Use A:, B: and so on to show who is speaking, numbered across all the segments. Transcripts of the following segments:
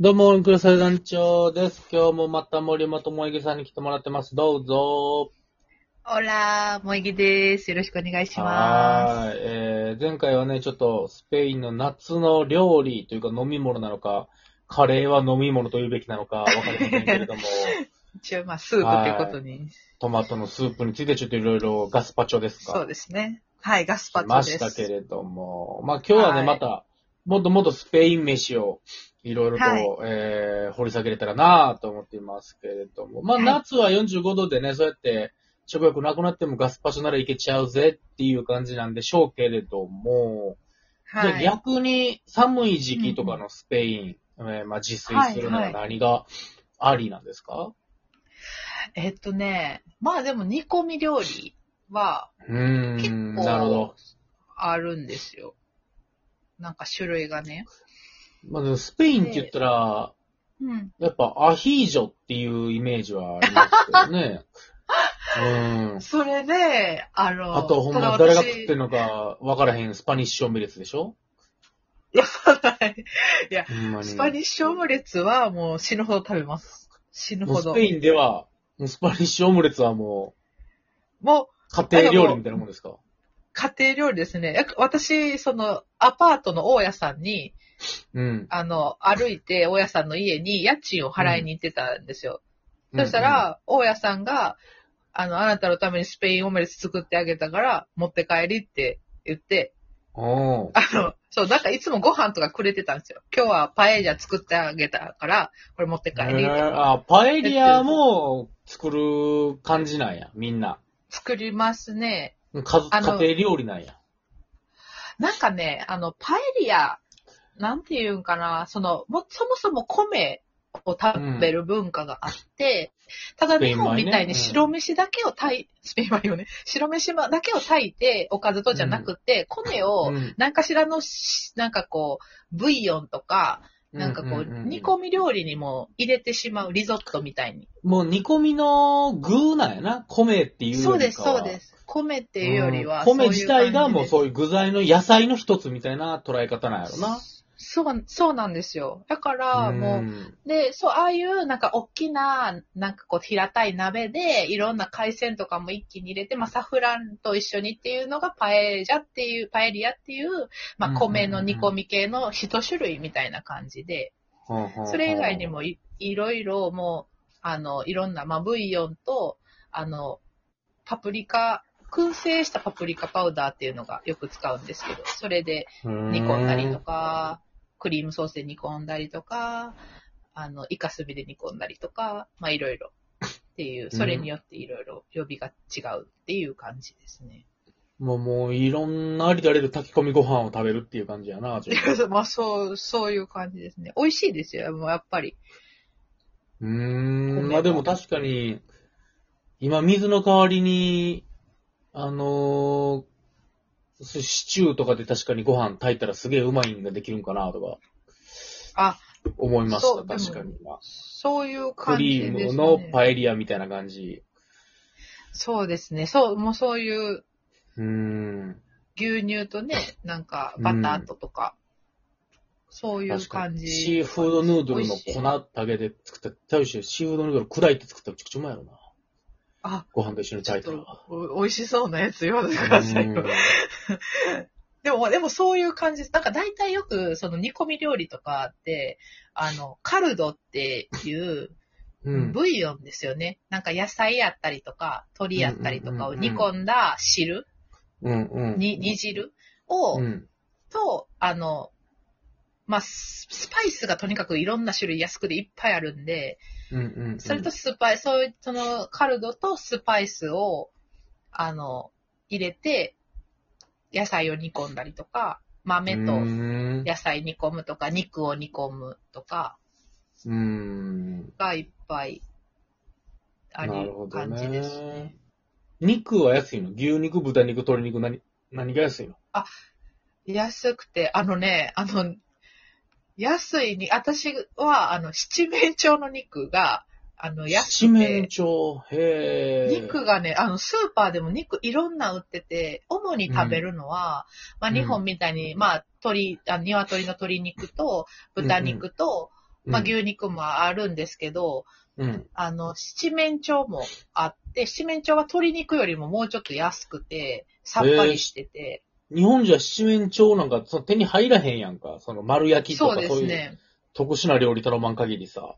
A: どうも、インクルス団長です。今日もまた森本萌木さんに来てもらってます。どうぞ。
B: オラー、萌木です。よろしくお願いしま
A: はーい。えー、前回はね、ちょっとスペインの夏の料理というか飲み物なのか、カレーは飲み物と言うべきなのかわかりませんけれども、
B: す。一応、まあ、スープということに。
A: トマトのスープについてちょっといろいろガスパチョですか
B: そうですね。はい、ガスパ
A: し
B: チョ
A: ま
B: で
A: したけ
B: す。
A: れども、まあ今日はね、
B: はい
A: また、もっともっとスペイン飯をいろいろと、
B: はい
A: えー掘り下げれたらなぁと思っていますけれども、まあ
B: はい
A: 夏は45度でね、そうやって食欲なくなってもガスパチョならいけちゃうぜっていう感じなんでしょうけれども、
B: は
A: じゃあ
B: い。
A: 逆に寒い時期とかのスペイン、えーまあ自炊するのは何がありなんですか、
B: えっとね、まあでも煮込み料理は
A: うー
B: 結
A: ん、
B: 構
A: なるほど。
B: あるんですよ。なんか種類がね。
A: まあでもスペインって言ったら、
B: うん。
A: やっぱアヒージョっていうイメージはありますけど ね。うん。
B: それで、あの、
A: あとほんま
B: ただ
A: 誰
B: 私
A: が 食ってんのか分からへんスパニッシュオムレツでしょ
B: はい
A: ほんまに。
B: スパニッシュオムレツはもう死ぬほど食べます。死ぬ
A: も
B: ほ
A: うス
B: ど
A: ペ。インでは、もうスパニッシュオムレツはも
B: もう、
A: う家庭料理みたいなもんですか
B: 家庭料理ですね。やっ私、その、アパートの大家さんに、
A: うん。
B: あの、歩いて、大家さんの家に家賃を払いに行ってたんですよ。そした
A: うん、
B: ら、大家さんが、あの、あなたのためにスペインオムレツ作ってあげたから、持って帰りって言って、
A: おー
B: あの、そう、なんかいつもご飯とかくれてたんですよ。今日はパエリア作ってあげたから、これ持って
A: え
B: 帰りって。
A: ーあ、パエリアも作る感じなんや、みんな。
B: 作りますね。
A: 家族
B: あの
A: 家庭料理なんや。
B: なんかね、あの、パエリア、なんていうんかな、その、も、そもそも米を食べる文化があって、ただ日本みたいに
A: スペイン米ねう
B: 白飯だけを炊い、スペイン米よね、白飯だけを炊いて、おかずとじゃなくて、米を、
A: ん。
B: なんかしらのし、なんかこう、ブイヨンとか、なんかこ
A: う
B: う、煮
A: ん
B: 込み料理にも入れてしまう、リゾットみたいに。
A: もう煮込みの具なんやな。米っていうよりか
B: そ
A: は
B: うです、そうです。米っていうよりは、
A: うん米自体がもうそう
B: いう感じで
A: いう具材の野菜の一つみたいな捉え方なんやろな。
B: す。そう、そうなんですよ。だから、もう、
A: ん
B: で、そう、ああいう、なんか、大きな、なんかこう、平たい鍋で、いろんな海鮮とかも一気に入れて、まあ、サフランと一緒にっていうのが、パエジャっていう、パエリアっていう、ま
A: うんう
B: あ、
A: んうん
B: 米の煮込み系の一種類みたいな感じで、
A: ほうほうほう
B: それ以外に。もい、いろいろ、もう、あの、いろんな、まあ、ブイヨンと、あの、パプリカ、燻製したパプリカパウダーっていうのがよく使うんですけど、それで、煮
A: 煮
B: 込んだりと。か、クリームソースで煮込んだりとか、あの、イカスミで煮込んだりとか、まあいろいろっていう、それによっていろいろ呼びが違うっていう感じですね。
A: もうもういろんなありとあらゆる炊き込みご飯を食べるっていう感じやな、ちょっと
B: まあそう、そういう感じですね。美味しいですよ、もうやっぱり。
A: うーん。
B: 米
A: まあ
B: は
A: でも確かに、今水の代わりに、あのーそうシチューとかで確かにご飯炊いたらすげえうまいんができるんかなとか。
B: あ、
A: 思いました、
B: そうでも
A: 確かに今。
B: そういう
A: ク
B: 感じ
A: リ
B: ですね。
A: ームのパエリアみたいな感じ。
B: そうですね。そう、もうそういう
A: うーん。
B: 牛乳とね、なんかバターととか、そういう
A: 確か
B: 感
A: に。
B: じ。
A: シーフードヌードルの
B: 美味しい
A: 粉だけで作ったら、大してシーフードヌードル砕いて作ったらめちゃくちゃうまいよな。
B: あ、
A: ご飯と一緒に
B: ちょっ
A: 炊いた
B: と
A: ら。
B: お美味しそうなやつよ、だから最後
A: う。ん
B: でも、でもそういう感じです。なんか大体よく、その煮込み料理とかって、あの、カルドっていう、
A: うん。
B: ブイヨンですよね。なんか野菜やったりとか、鶏やったりとかを
A: うんうんうんう
B: 煮
A: ん
B: 込んだ汁、
A: うん。うん。
B: に、煮汁を、
A: うん。
B: と、あの、まあ、ススパイスがとにかくいろんな種類安くでいっぱいあるんで、
A: うん。うん。
B: それと、スパイ、そういう、その、カルドとスパイスを、あの、入れて、野菜を煮込んだりとか、豆と、
A: うーん。
B: 野菜煮込むとか、肉を煮込むとか
A: うーん。
B: がいっぱいあ
A: な
B: る
A: るほどね
B: 感じですね。
A: 肉は安いの牛肉、豚肉、鶏肉、何、何が安いの
B: 安くて、あのね、あの、安いに、私は、あの、七面鳥の肉が、あの、
A: 七
B: 安く
A: 面
B: て、
A: 鳥。へえ。
B: 肉がね、あの、スーパーでも肉いろんな売ってて、主に食べるのは、まあ、
A: うん
B: 日本みたいに、まあ、鶏、あ鶏の鶏肉と、豚肉と、まあ、牛肉もあるんですけど、
A: うん。
B: あの、七面鳥もあって、七面鳥は鶏肉よりももうちょっと安くて、さっぱりしてて、
A: 日本じゃ七面鳥なんかその手に入らへんやんか。その丸焼きと
B: そ
A: か
B: う
A: そう
B: です
A: いう
B: ね。
A: 特殊な料理頼まん限りさ。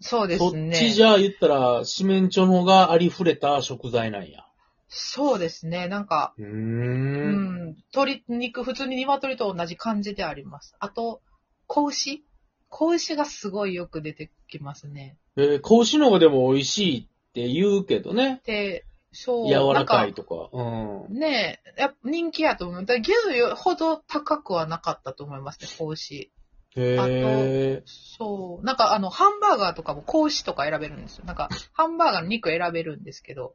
B: そうですね。
A: そっちじゃ言ったら七面鳥の方がありふれた食材なんや。
B: そうですね。なんか、
A: うー。
B: うんん、鶏肉、普通に鶏と同じ感じであります。あと、子牛子牛がすごいよく出てきますね。
A: えー、子牛の方がでも美味しいって言うけどね。
B: で、そう、
A: 柔らか
B: なん
A: いとか。うん。
B: ねえ、やっぱ人気やと思う。だから牛ほど高くはなかったと思いますね、子牛。
A: へえ。
B: そう。なんかあの、ハンバーガーとかも子牛とか選べるんですよ。なんか、ハンバーガーの肉選べるんですけど、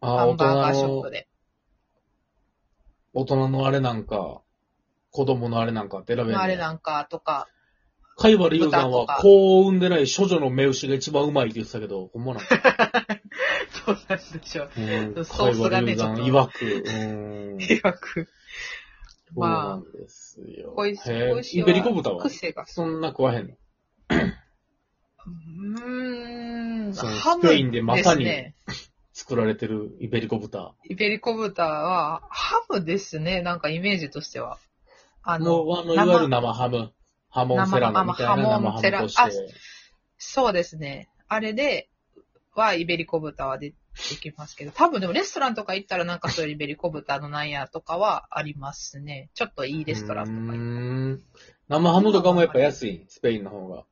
A: あ
B: ハ
A: ー
B: ンバーガ
A: 大
B: ーシ
A: 人
B: ョッ
A: の
B: プ、で。
A: 大人のあれなんか、子供のあれなんかって選べる。
B: まあ、あれなんかとか、
A: 貝原雄山
B: 豚と
A: は
B: か
A: 子を産んでない処女の目牛が一番うまいって言ってたけど、ほんまなんか。
B: そうなんですよ。
A: うん
B: ソースが
A: 貝原雄
B: ねちょっと
A: 山曰く。うん。
B: いわく。
A: そう
B: まあ
A: なんですよ。
B: こいつ
A: へえ
B: こいつは
A: イベリコ豚は
B: 癖が。
A: そんな食わへんの
B: うーん、
A: そう
B: ハム
A: スペインでまさに
B: ですね
A: 作られてるイベリコ豚。
B: イベリコ豚は、ハムですね、なんかイメージとしては。あの、
A: もう、あの、い
B: 生
A: わゆる生ハム。ハモンセラのみたいな
B: 生ハム
A: 生ハムとして。
B: そうですね。あれで、は、イベリコ豚は出てきますけど、多分でもレストランとか行ったらなんかそういうイベリコ豚のなんやとかはありますね。ちょっといいレストランとか行っ
A: う
B: たら
A: ーん生ハムとかもやっぱ安い、スペインの方が。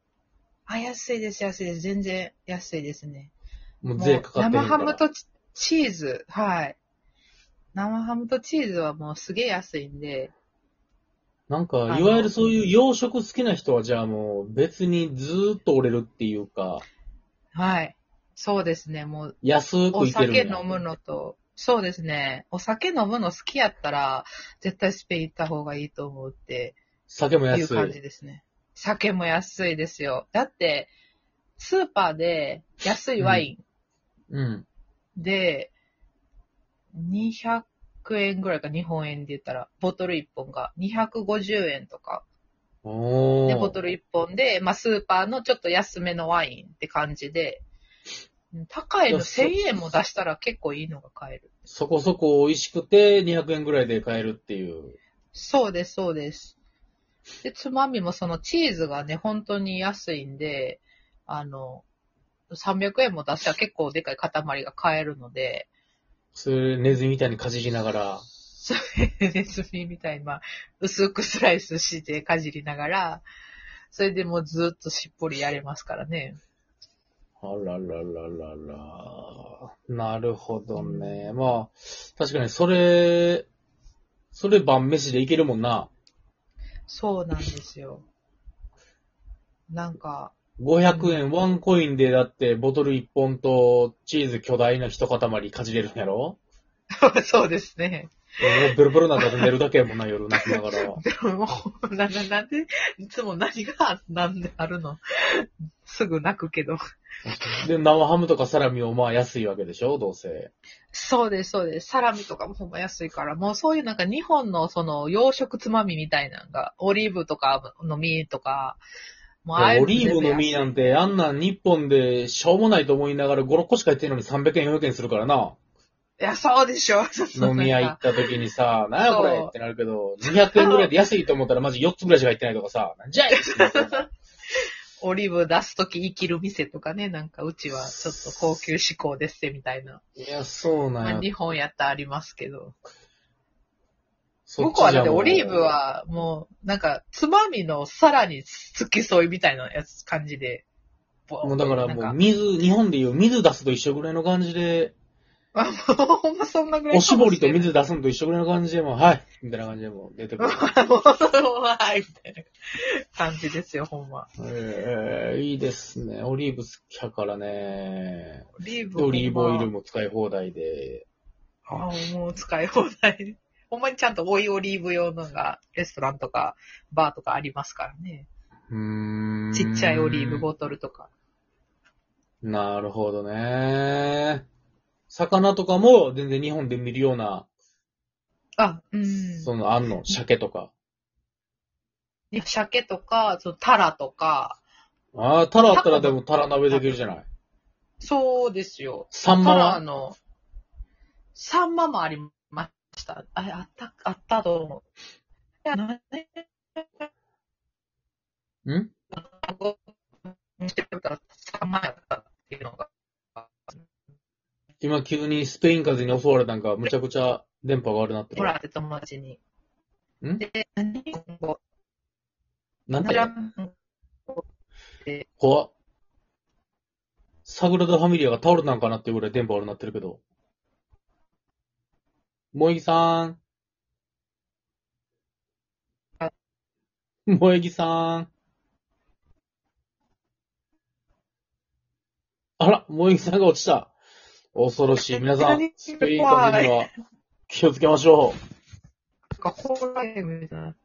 B: あ、安いです、安いです。全然安いですね。
A: もう
B: も
A: 税
B: う
A: かかってへんか
B: 生
A: ら
B: ハムとチチーズ、はい。生ハムとチーズはもうすげえ安いんで、
A: なん
B: あ
A: か、
B: の
A: いわゆるそういう洋食好きな人は、じゃあもう別にずーっと折れるっていうか、
B: はい。そうですね、もう、
A: 安
B: お
A: くいけるん
B: 酒
A: や
B: 飲むのと、そうですね、お酒飲むの好きやったら、絶対スペイン行った方がいいと思うって
A: 酒も
B: い
A: 安
B: う感じ
A: い。
B: ですね。酒も安いですよ。だって、スーパーで安いワイン、
A: うん。
B: で、200円ぐらいか、日本円で言ったら、ボトル1本が250円とか。
A: お
B: で、
A: ー。
B: ボトル1本で、まあ、スーパーのちょっと安めのワインって感じで、うん高いの
A: いやそ
B: 1000円も出したら結構いいのが買える。
A: そこそこ美味しくて200円ぐらいで買えるっていう。
B: そうです、そうです。で、つまみもそのチーズがね、本当に安いんで、あの、300円も出したら結構でかい塊が買えるので、
A: それ、ネズミみたいにかじりながら。
B: そうネズミみたいに、まあ、薄くスライスしてかじりながら、それでもうずっとしっぽりやれますからね。
A: あららららら。なるほどね。まあ、確かにそれ、それ晩飯でいけるもんな。
B: そうなんですよ。なんか、
A: 500円ワンコインでだってボトル1本とチーズ巨大な一塊かじれるんやろ
B: そうですね。
A: もうベロベロなんだと寝るだけやもんな、夜泣きなが ら。
B: でも、な、な、なんで、いつも何が、なんであるのすぐ泣くけど。
A: で、生ハムとかサラミもまあ安いわけでしょどうせ。
B: そうです、そうです。サラミとかもほんま安いから、もうそういうなんか日本のその洋食つまみみたいなのが、オリーブとかの実とか、もうああいう
A: オ
B: の
A: リー
B: 全
A: ブ
B: 部安い
A: の実なんて、あんなん日本でしょうもないと思いながら5、6個しか入ってるのに300円、400円するからな。
B: いや、そうでしょ。そう そ う
A: 飲み屋行
B: なん
A: っ
B: か
A: た時にさ、なんやこれ
B: そう
A: ってなるけど、200円ぐらいで安いと思ったらマジ4つぐらいしか入ってないとかさ、なんじゃいってなるよな
B: オリーブ出すとき生きる店とかね、なんかうちはちょっと高級志向ですってみたいな。
A: いや、そう
B: ま
A: な
B: あ、
A: んや。
B: 日本やったらありますけど。
A: そ
B: 向
A: っち
B: こう
A: じゃ
B: はだって
A: もう
B: オリーブ、はもう、なんかつまみのさらに付き添いみたいなやつ感じで。ボーン
A: もうだからも
B: な
A: うん水、日本でいう水出すと一緒ぐらいの感じで、
B: あもうほん まそんなぐらい
A: おしぼりと
B: 水。
A: 水出すのと一緒ぐらいの感じでもう、はいみたいな感じでもう出 てくる。
B: もう、はい、みたいな感じですよ、ほんま。
A: えー、いいですね。オリーブ好きやからね。
B: オリーブ
A: でオリーブオイル
B: も。
A: も使い放題で。
B: あもう使い放題。ほんまにちゃんと多いオリーブ用のが、レストランとか、バーとかありますからね。
A: うーん。
B: ちっちゃいオリーブボトルとか。
A: なるほどね。魚とかも全然日本で見るような、
B: あ、うん。
A: その、あんの、鮭とか。
B: 鮭とか、そのタラとか、
A: ああ、タラあったらでもタラ鍋できるじゃない。
B: そうですよ。
A: サンマ
B: ただ、あ
A: は
B: の、サンマもありました。あ、あった、あったと思う。いや、何
A: ん
B: をしてたらサンマやったっていうのが。
A: 今急にスペイン風に襲われたんか、むちゃくちゃ電波が悪なってる
B: ほ。らって友達に。
A: ん
B: で、何今後、
A: なんて
B: 何
A: 怖っ。サグラダ・ファミリアが倒れたんかなっていうぐらい電波悪なってるけど。萌木さん。
B: あ
A: 萌木さん。あら、萌木さんが落ちた。恐ろしい。皆さん、スペイン風には気をつけましょう。
B: かホラーゲームみたいな。